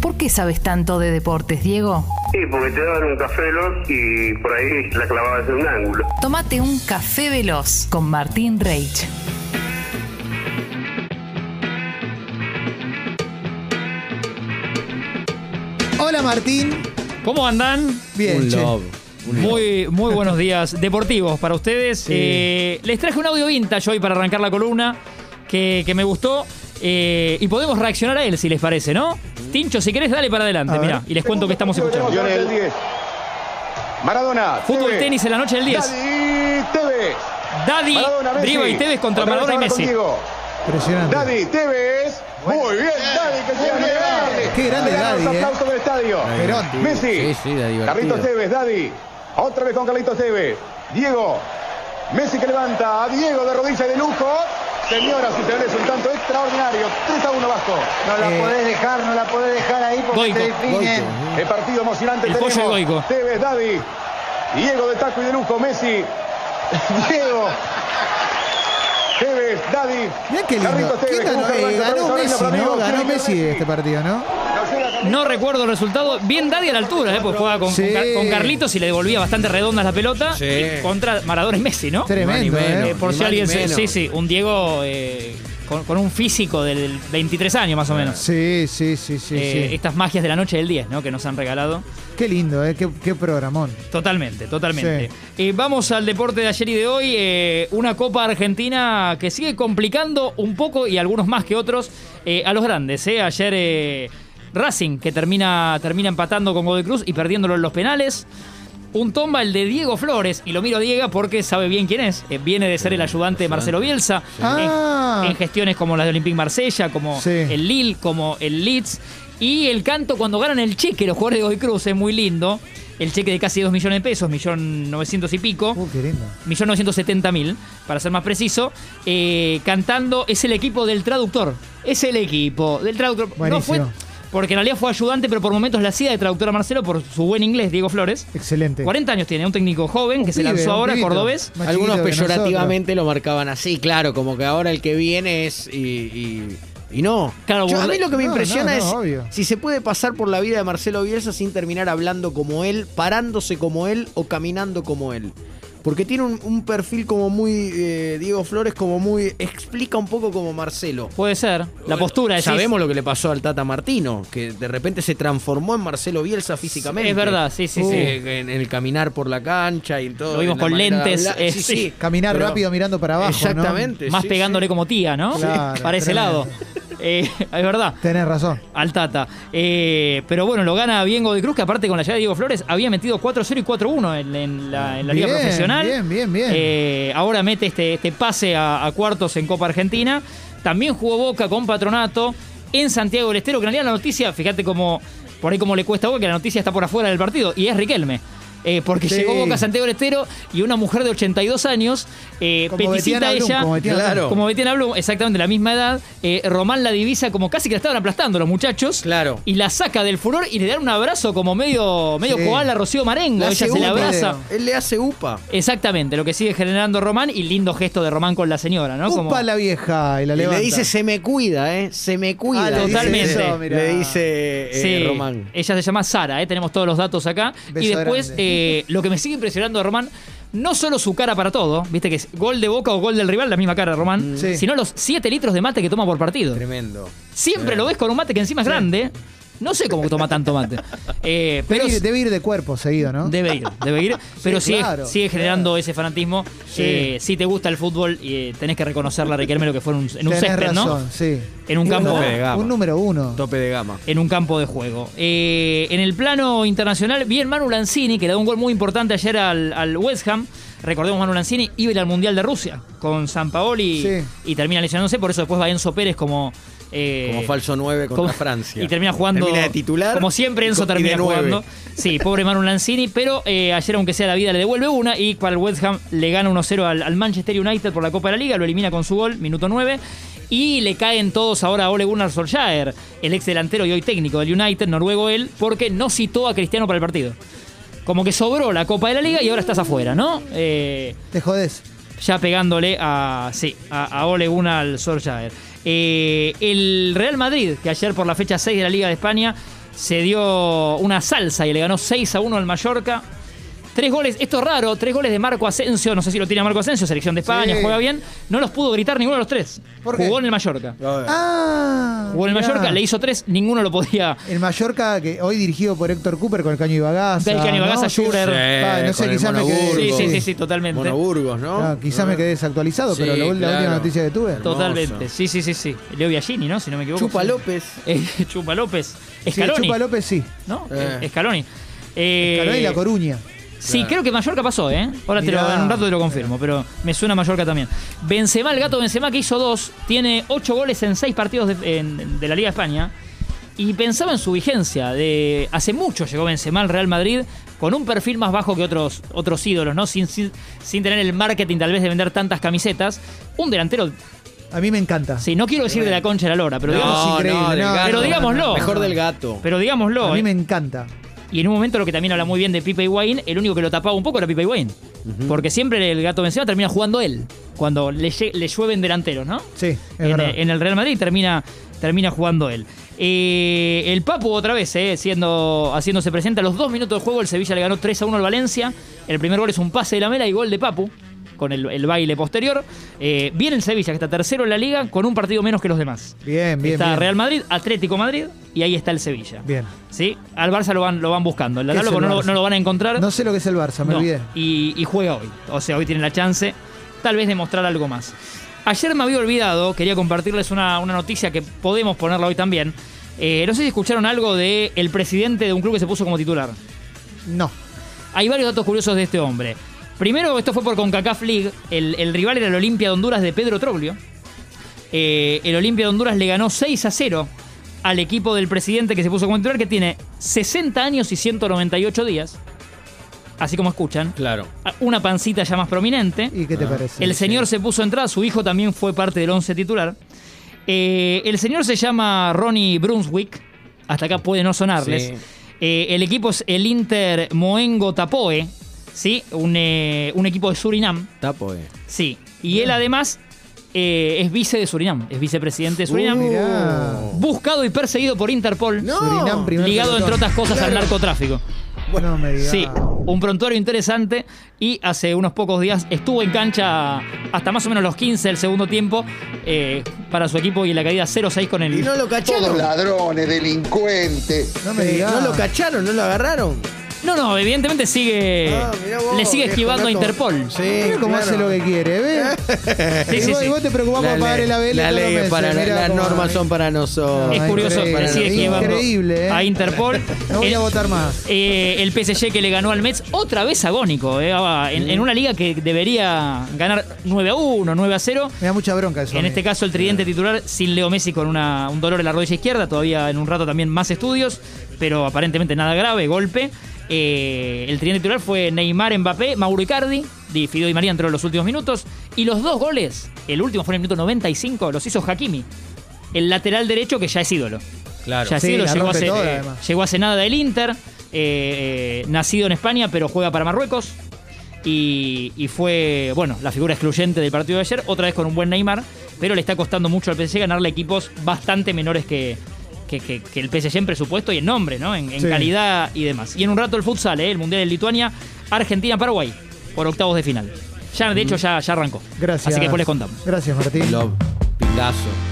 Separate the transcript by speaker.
Speaker 1: ¿Por qué sabes tanto de deportes, Diego?
Speaker 2: Sí, porque te daban un café veloz y por ahí la clavabas en un ángulo.
Speaker 1: Tómate un café veloz con Martín Reich.
Speaker 3: Hola Martín.
Speaker 4: ¿Cómo andan?
Speaker 3: Bien,
Speaker 5: un
Speaker 3: che.
Speaker 5: love. un love.
Speaker 4: Muy, muy buenos días deportivos para ustedes.
Speaker 3: Sí.
Speaker 4: Eh, les traje un audio vintage hoy para arrancar la columna que, que me gustó. eh, y podemos reaccionar a él si les parece, ¿no? Tincho, si querés, dale para adelante,
Speaker 3: A ver.
Speaker 4: mira. Y les cuento que estamos escuchando.
Speaker 6: Lionel. Maradona.
Speaker 4: Fútbol,
Speaker 6: TV.
Speaker 4: tenis en la noche del 10.
Speaker 6: Daddy TV.
Speaker 4: Daddy,
Speaker 6: Maradona, Messi.
Speaker 4: Driva y Tevez contra
Speaker 6: Otra vez
Speaker 4: Maradona y
Speaker 6: ahora con
Speaker 4: Messi.
Speaker 6: Diego.
Speaker 3: Impresionante.
Speaker 6: Daddy Tevez. Muy bien, Daddy, que sea grande.
Speaker 3: Qué grande Daddy,
Speaker 6: Los
Speaker 3: eh.
Speaker 6: aplausos del estadio.
Speaker 3: Perotti.
Speaker 6: Messi.
Speaker 5: Sí, sí, da divertido.
Speaker 6: Carlitos Tevez, Daddy. Otra vez con Carlitos Tevez. Diego. Messi que levanta a Diego de rodilla y de lujo. Señoras y señores, un tanto extraordinario. 3 a 1 Vasco.
Speaker 7: No la
Speaker 3: Eh,
Speaker 7: podés dejar, no la podés dejar ahí porque
Speaker 4: Goico,
Speaker 7: te definen.
Speaker 5: Goico,
Speaker 6: El partido emocionante
Speaker 4: El
Speaker 6: tenemos.
Speaker 4: pollo de Goico.
Speaker 6: Tevez, Daddy. Diego de taco y de lujo. Messi. Diego. Tevez, Daddy.
Speaker 3: Mirá qué lindo.
Speaker 6: Carlitos
Speaker 3: ¿Quién
Speaker 6: Tevez,
Speaker 3: ganó?
Speaker 6: Boca
Speaker 3: Eh,
Speaker 6: Blanca,
Speaker 3: ganó
Speaker 6: Torres
Speaker 3: Messi,
Speaker 6: Arena,
Speaker 3: ¿no?
Speaker 6: Flamengo,
Speaker 3: Ganó
Speaker 6: River,
Speaker 3: Messi este partido, ¿no?
Speaker 6: Nos llega Carlitos.
Speaker 4: No recuerdo el resultado. Bien Daddy a la altura, ¿eh? Pues jugaba con,
Speaker 3: Sí.
Speaker 4: con Car- con Carlitos y le devolvía bastante redondas la pelota.
Speaker 5: Sí.
Speaker 4: Y contra Maradona y Messi, ¿no?
Speaker 3: Tremendo,
Speaker 5: Ni más ni
Speaker 3: ¿eh?
Speaker 4: Eh, por
Speaker 5: ni
Speaker 4: si
Speaker 5: más ni
Speaker 4: alguien se-
Speaker 5: menos.
Speaker 4: Sí, sí, un Diego eh, con, con un físico del 23 años más o menos.
Speaker 3: Sí, sí, sí, sí,
Speaker 4: Eh,
Speaker 3: sí.
Speaker 4: Estas magias de la noche del 10, ¿no? Que nos han regalado.
Speaker 3: Qué lindo, ¿eh? Qué, qué programón.
Speaker 4: Totalmente, totalmente. Eh, vamos al deporte de ayer y de hoy. eh, una Copa Argentina que sigue complicando un poco y algunos más que otros eh, a los grandes. eh. Ayer eh, Racing que termina, termina empatando con Godoy Cruz y perdiéndolo en los penales. Un tomba el de Diego Flores, y lo miro a Diego porque sabe bien quién es. eh, viene de ser el ayudante de Marcelo Bielsa en-
Speaker 3: Ah.
Speaker 4: en, gestiones como las de Olympique Marsella, como
Speaker 3: Sí.
Speaker 4: el Lille, como el Leeds. Y el canto cuando ganan el cheque, los jugadores de Godoy Cruz, es muy lindo. El cheque de casi 2 millones de pesos, millón 900 y pico.
Speaker 3: Uh, qué lindo.
Speaker 4: Millón 970 mil, para ser más preciso, eh, cantando Es el equipo del traductor. Es el equipo del traductor. No fue,
Speaker 3: Buenísimo.
Speaker 4: porque en realidad fue ayudante, pero por momentos la hacía de traductor a Marcelo por su buen inglés, Diego Flores.
Speaker 3: Excelente.
Speaker 4: 40 años tiene, un técnico joven
Speaker 3: Un
Speaker 4: que se
Speaker 3: pibe,
Speaker 4: lanzó
Speaker 3: un
Speaker 4: ahora,
Speaker 3: pibito.
Speaker 4: cordobés.
Speaker 3: Más
Speaker 5: Algunos
Speaker 3: chiquito que
Speaker 5: peyorativamente lo marcaban así, claro, como que ahora el que viene es y, y- y no.
Speaker 4: Claro,
Speaker 5: Yo- a
Speaker 4: burla-
Speaker 5: mí lo que me
Speaker 3: No,
Speaker 5: impresiona
Speaker 3: no, no,
Speaker 5: es
Speaker 3: obvio.
Speaker 5: si se puede pasar por la vida de Marcelo Bielsa sin terminar hablando como él, parándose como él o caminando como él. Porque tiene un, un perfil como muy eh, Diego Flores, como muy explica un poco como Marcelo.
Speaker 4: Puede ser. La postura decís.
Speaker 5: Sabemos lo que le pasó al Tata Martino, que de repente se transformó en Marcelo Bielsa físicamente.
Speaker 4: Es verdad, sí, sí,
Speaker 5: Uh,
Speaker 4: sí.
Speaker 5: En el caminar por la cancha y todo.
Speaker 4: Lo vimos
Speaker 5: en la
Speaker 4: con
Speaker 5: manera de
Speaker 4: lentes,
Speaker 5: hablar.
Speaker 4: eh,
Speaker 5: Sí,
Speaker 4: sí.
Speaker 5: sí.
Speaker 3: Caminar
Speaker 5: Pero-
Speaker 3: rápido mirando para abajo. ¿no?
Speaker 5: Exactamente.
Speaker 4: Más
Speaker 5: sí,
Speaker 4: pegándole
Speaker 5: sí.
Speaker 4: como tía, ¿no?
Speaker 3: Claro,
Speaker 4: para ese
Speaker 3: tremendo.
Speaker 4: lado. Eh, es verdad.
Speaker 3: Tenés razón.
Speaker 4: al Tata. Eh, pero bueno, lo gana bien Godoy Cruz, que aparte con la llegada de Diego Flores había metido 4-0 y 4-1 en, en la, en la liga
Speaker 3: Bien,
Speaker 4: profesional.
Speaker 3: bien, bien, bien.
Speaker 4: Eh, ahora mete este, este pase a, a cuartos en Copa Argentina. También jugó Boca con Patronato en Santiago del Estero, que en realidad la noticia, fíjate cómo, por ahí como le cuesta a Boca, que la noticia está por afuera del partido, y es Riquelme. Eh, porque
Speaker 3: Sí.
Speaker 4: llegó Boca a Santiago del Estero y una mujer de 82 años, eh,
Speaker 3: Como Betiana
Speaker 4: peticita
Speaker 3: Blum,
Speaker 4: ella,
Speaker 3: como Betiana
Speaker 5: Claro.
Speaker 4: como Betiana Blum, exactamente la misma edad, eh, Román la divisa como casi que la estaban aplastando los muchachos.
Speaker 5: Claro.
Speaker 4: Y la saca del furor y le dan un abrazo como medio, medio
Speaker 3: Sí.
Speaker 4: koala Rocío Marengo.
Speaker 5: Le
Speaker 4: Ella
Speaker 5: hace
Speaker 4: se la
Speaker 5: upa.
Speaker 4: abraza.
Speaker 5: Él le hace
Speaker 3: Ah,
Speaker 5: upa.
Speaker 4: Exactamente, lo que sigue generando Román y lindo gesto de Román con la señora, ¿no? Como-
Speaker 3: Upa la vieja y la
Speaker 5: Y
Speaker 3: levanta.
Speaker 5: le dice se me cuida, ¿eh? Se me cuida.
Speaker 3: Ah, le
Speaker 5: Le
Speaker 3: dice
Speaker 4: Totalmente.
Speaker 3: eso, mirá.
Speaker 5: Le dice eh,
Speaker 4: Sí,
Speaker 5: Román.
Speaker 4: Ella se llama Sara, ¿eh? tenemos todos los datos acá.
Speaker 3: Beso
Speaker 4: y después,
Speaker 3: grande.
Speaker 4: eh, lo que me sigue impresionando de Román, no solo su cara para todo, viste que es gol de boca o gol del rival, la misma cara de Román,
Speaker 3: Mm. Sí.
Speaker 4: sino los 7 litros de mate que toma por partido.
Speaker 5: Tremendo.
Speaker 4: Siempre lo ves con un mate que encima es grande. No sé cómo toma tanto mate. Eh, pero
Speaker 3: Debe ir, debe ir de cuerpo seguido, ¿no?
Speaker 4: Debe ir, debe ir. Pero sigue,
Speaker 3: claro,
Speaker 4: sigue generando ese fanatismo.
Speaker 3: Sí.
Speaker 4: Eh, si te gusta el fútbol, eh, tenés que reconocerle a Riquelme lo que fue en un, en un
Speaker 3: Tenés
Speaker 4: césped,
Speaker 3: razón,
Speaker 4: ¿no?
Speaker 3: sí.
Speaker 4: En un campo.
Speaker 5: tope de gama.
Speaker 3: Un número uno.
Speaker 5: Tope de gama.
Speaker 4: En un campo de juego. Eh, en el plano internacional, bien Manu Lanzini, que le da un gol muy importante ayer al, al West Ham. Recordemos Manu Lanzini, iba a ir al Mundial de Rusia con San Paoli
Speaker 3: Sí.
Speaker 4: y termina lesionándose. Por eso después va Enzo Pérez como. eh,
Speaker 5: Como falso 9 contra
Speaker 4: como-
Speaker 5: Francia.
Speaker 4: Y termina jugando.
Speaker 5: Termina de titular.
Speaker 4: Como siempre,
Speaker 5: y
Speaker 4: Enzo
Speaker 5: co- y de
Speaker 4: termina
Speaker 5: nueve.
Speaker 4: jugando. Sí, pobre Manu Lanzini, pero eh, ayer, aunque sea la vida, le devuelve una y para el West Ham le gana 1-0 al, al Manchester United por la Copa de la Liga, lo elimina con su gol, minuto 9. Y le caen todos ahora a Ole Gunnar Solskjaer, el ex delantero y hoy técnico del United, noruego él, porque no citó a Cristiano para el partido. Como que sobró la Copa de la Liga y ahora estás afuera, ¿no? Eh,
Speaker 3: Te jodés.
Speaker 4: ya pegándole a, sí, a, a Ole Gunnar Solskjaer. Eh, el Real Madrid, que ayer por la fecha 6 de la Liga de España se dio una salsa y le ganó 6 a 1 al Mallorca. Tres goles, esto es raro, tres goles de Marco Asensio, no sé si lo tiene Marco Asensio, selección de España,
Speaker 3: Sí.
Speaker 4: juega bien, no los pudo gritar ninguno de los tres.
Speaker 3: ¿Por qué?
Speaker 4: Jugó en el Mallorca.
Speaker 3: Ah,
Speaker 4: Jugó en el
Speaker 3: mirá.
Speaker 4: Mallorca, le hizo tres, ninguno lo podía.
Speaker 3: El Mallorca, que hoy dirigido por Héctor Cooper con el Caño Ibagaza.
Speaker 4: Del Caño Ibagaza,
Speaker 3: ¿no? Sí,
Speaker 4: Schurer.
Speaker 3: pa, no
Speaker 5: con
Speaker 3: sé,
Speaker 5: el
Speaker 3: quizás me quedé.
Speaker 4: Sí,
Speaker 5: Monoburgo.
Speaker 4: sí, sí, sí, totalmente.
Speaker 5: Monoburgos, ¿no?
Speaker 3: Ah, quizás me quedé desactualizado, pero
Speaker 5: Sí,
Speaker 3: la, la última
Speaker 5: claro.
Speaker 3: noticia que tuve.
Speaker 5: Hermoso.
Speaker 4: Totalmente, sí, sí, sí, sí. Leo Biagini, ¿no? Si no me equivoco.
Speaker 5: Chupa
Speaker 4: Sí.
Speaker 5: López.
Speaker 4: Eh, Chupa López.
Speaker 3: Sí,
Speaker 4: Escaloni.
Speaker 3: Chupa López sí.
Speaker 4: ¿No?
Speaker 5: Eh.
Speaker 4: Escaloni. Eh,
Speaker 3: Escaloni y La Coruña.
Speaker 4: Sí, creo que Mallorca pasó, ¿eh? Ahora te lo,
Speaker 3: Mirá.
Speaker 4: en un rato te lo confirmo, pero me suena Mallorca también. Benzema, el gato Benzema que hizo dos, tiene ocho goles en seis partidos de, en- de la Liga de España. Y pensaba en su vigencia. De, hace mucho llegó Benzema al Real Madrid con un perfil más bajo que otros, otros ídolos, ¿no? Sin, sin, sin tener el marketing tal vez de vender tantas camisetas. Un delantero,
Speaker 3: A mí me encanta.
Speaker 4: sí, no quiero decir de la concha de la lora, pero,
Speaker 5: No,
Speaker 4: digamos,
Speaker 5: no,
Speaker 3: increíble,
Speaker 5: del
Speaker 3: no,
Speaker 5: gato.
Speaker 4: pero digámoslo.
Speaker 5: Mejor del gato.
Speaker 4: pero digámoslo.
Speaker 3: A mí
Speaker 4: ¿eh?
Speaker 3: me encanta.
Speaker 4: Y en un momento lo que también habla muy bien de Pipe Higuaín, el único que lo tapaba un poco era Pipe Higuaín. Porque siempre el gato Benzema termina jugando él, cuando le, lle- le llueven delanteros, ¿no?
Speaker 3: Sí, es
Speaker 4: En,
Speaker 3: verdad.
Speaker 4: en el Real Madrid termina, termina jugando él. Eh, el Papu otra vez, eh, siendo, haciéndose presente a los dos minutos de juego, el Sevilla le ganó 3 a 1 al Valencia. El primer gol es un pase de la mela y gol de Papu, con el, el baile posterior. Eh, viene el Sevilla, que está tercero en la liga, con un partido menos que los demás.
Speaker 3: Bien, bien.
Speaker 4: está
Speaker 3: bien.
Speaker 4: Real Madrid, Atlético Madrid y ahí está el Sevilla.
Speaker 3: Bien.
Speaker 4: ¿sí? Al Barça lo van, lo van buscando. El
Speaker 3: ¿Qué es
Speaker 4: Atlético
Speaker 3: el
Speaker 4: no, lo-
Speaker 3: Barça?
Speaker 4: no lo van a encontrar.
Speaker 3: No sé lo que es el Barça, me
Speaker 4: No.
Speaker 3: olvidé.
Speaker 4: Y, y juega hoy. O sea, hoy tienen la chance, tal vez, de mostrar algo más. Ayer me había olvidado, quería compartirles una, una noticia que podemos ponerla hoy también. Eh, no sé si escucharon algo de el presidente de un club que se puso como titular.
Speaker 3: No.
Speaker 4: Hay varios datos curiosos de este hombre. Primero, esto fue por CONCACAF League. El, el rival era el Olimpia de Honduras de Pedro Troglio. Eh, el Olimpia de Honduras le ganó 6 a 0 al equipo del presidente que se puso como titular, que tiene 60 años y 198 días. Así como escuchan.
Speaker 5: Claro.
Speaker 4: Ah, Una pancita ya más prominente.
Speaker 3: ¿Y qué
Speaker 5: Ah,
Speaker 3: te parece?
Speaker 4: El señor se puso a entrar, su hijo también fue parte del 11 titular. Eh, el señor se llama Ronnie Brunswick, hasta acá puede no sonarles.
Speaker 5: Sí.
Speaker 4: Eh, el equipo es el Inter Moengo Tapoe, ¿sí? un, eh, un equipo de Surinam,
Speaker 5: Tapo, eh.
Speaker 4: sí. Y él además eh, es vice de Surinam, es vicepresidente de Surinam,
Speaker 3: Uh, Mirá.
Speaker 5: Uh.
Speaker 4: buscado y perseguido por Interpol,
Speaker 3: Surinam primero.
Speaker 4: ligado entre otras cosas al narcotráfico.
Speaker 3: Bueno, me digas.
Speaker 4: Sí, un prontuario interesante y hace unos pocos días estuvo en cancha hasta más o menos los 15 del segundo tiempo eh, para su equipo y en la caída 0-6 con el...
Speaker 5: Y no lo
Speaker 7: Todos
Speaker 5: cacharon.
Speaker 7: ladrones, delincuentes.
Speaker 3: No me
Speaker 5: Eh,
Speaker 3: digas.
Speaker 5: no lo cacharon, no lo agarraron.
Speaker 4: No, no, evidentemente sigue...
Speaker 5: Ah, mirá vos,
Speaker 4: le sigue
Speaker 5: viejo
Speaker 4: esquivando a
Speaker 5: gato.
Speaker 4: Interpol.
Speaker 5: Sí,
Speaker 3: Mira cómo
Speaker 5: claro.
Speaker 3: hace lo que quiere, ¿ves?
Speaker 4: Sí,
Speaker 3: y,
Speaker 4: sí,
Speaker 3: vos,
Speaker 4: sí.
Speaker 3: y vos te preocupás
Speaker 5: La
Speaker 3: por pagar
Speaker 5: ley-
Speaker 3: el ABL.
Speaker 5: la
Speaker 3: todos los
Speaker 5: ley es
Speaker 3: meses,
Speaker 5: para-
Speaker 3: mirá
Speaker 5: las
Speaker 3: cómo-
Speaker 5: normas son para nosotros.
Speaker 4: Es
Speaker 3: Ah,
Speaker 4: curioso,
Speaker 3: increíble,
Speaker 4: le sigue esquivando
Speaker 3: increíble, ¿eh?
Speaker 4: a Interpol.
Speaker 3: No voy
Speaker 4: El-
Speaker 3: a votar más.
Speaker 4: Eh, el PSG que le ganó al Mets, otra vez agónico, eh, Gaba, en, en una liga que debería ganar 9 a 1, 9 a 0.
Speaker 3: Me da mucha bronca eso. a
Speaker 4: En
Speaker 3: mí.
Speaker 4: este caso, el tridente titular sin Leo Messi con una- un dolor en la rodilla izquierda. Todavía en un rato también más estudios, pero aparentemente nada grave, golpe. Eh, el tridente titular fue Neymar, Mbappé, Mauro Icardi, Di Fido y María entró en los últimos minutos. Y los dos goles, el último fue en el minuto 95, los hizo Hakimi, el lateral derecho que ya es ídolo.
Speaker 5: Claro.
Speaker 4: Ya es
Speaker 3: Sí,
Speaker 4: ídolo,
Speaker 3: la
Speaker 4: llegó
Speaker 3: rompe
Speaker 4: hace,
Speaker 3: toda,
Speaker 4: eh,
Speaker 3: además.
Speaker 4: llegó hace nada del Inter, eh, eh, nacido en España, pero juega para Marruecos. Y, y fue, bueno, la figura excluyente del partido de ayer, otra vez con un buen Neymar, pero le está costando mucho al PSG ganarle equipos bastante menores que, que, que- que el PSG en presupuesto y en nombre, ¿no? En, en
Speaker 3: Sí.
Speaker 4: calidad y demás. Y en un rato el futsal, ¿eh? el Mundial de Lituania, Argentina-Paraguay, por octavos de final. Ya, de hecho, ya, ya arrancó.
Speaker 3: Mm. Gracias.
Speaker 4: Así que después les contamos.
Speaker 3: Gracias, Martín.
Speaker 5: Love. Pingazo.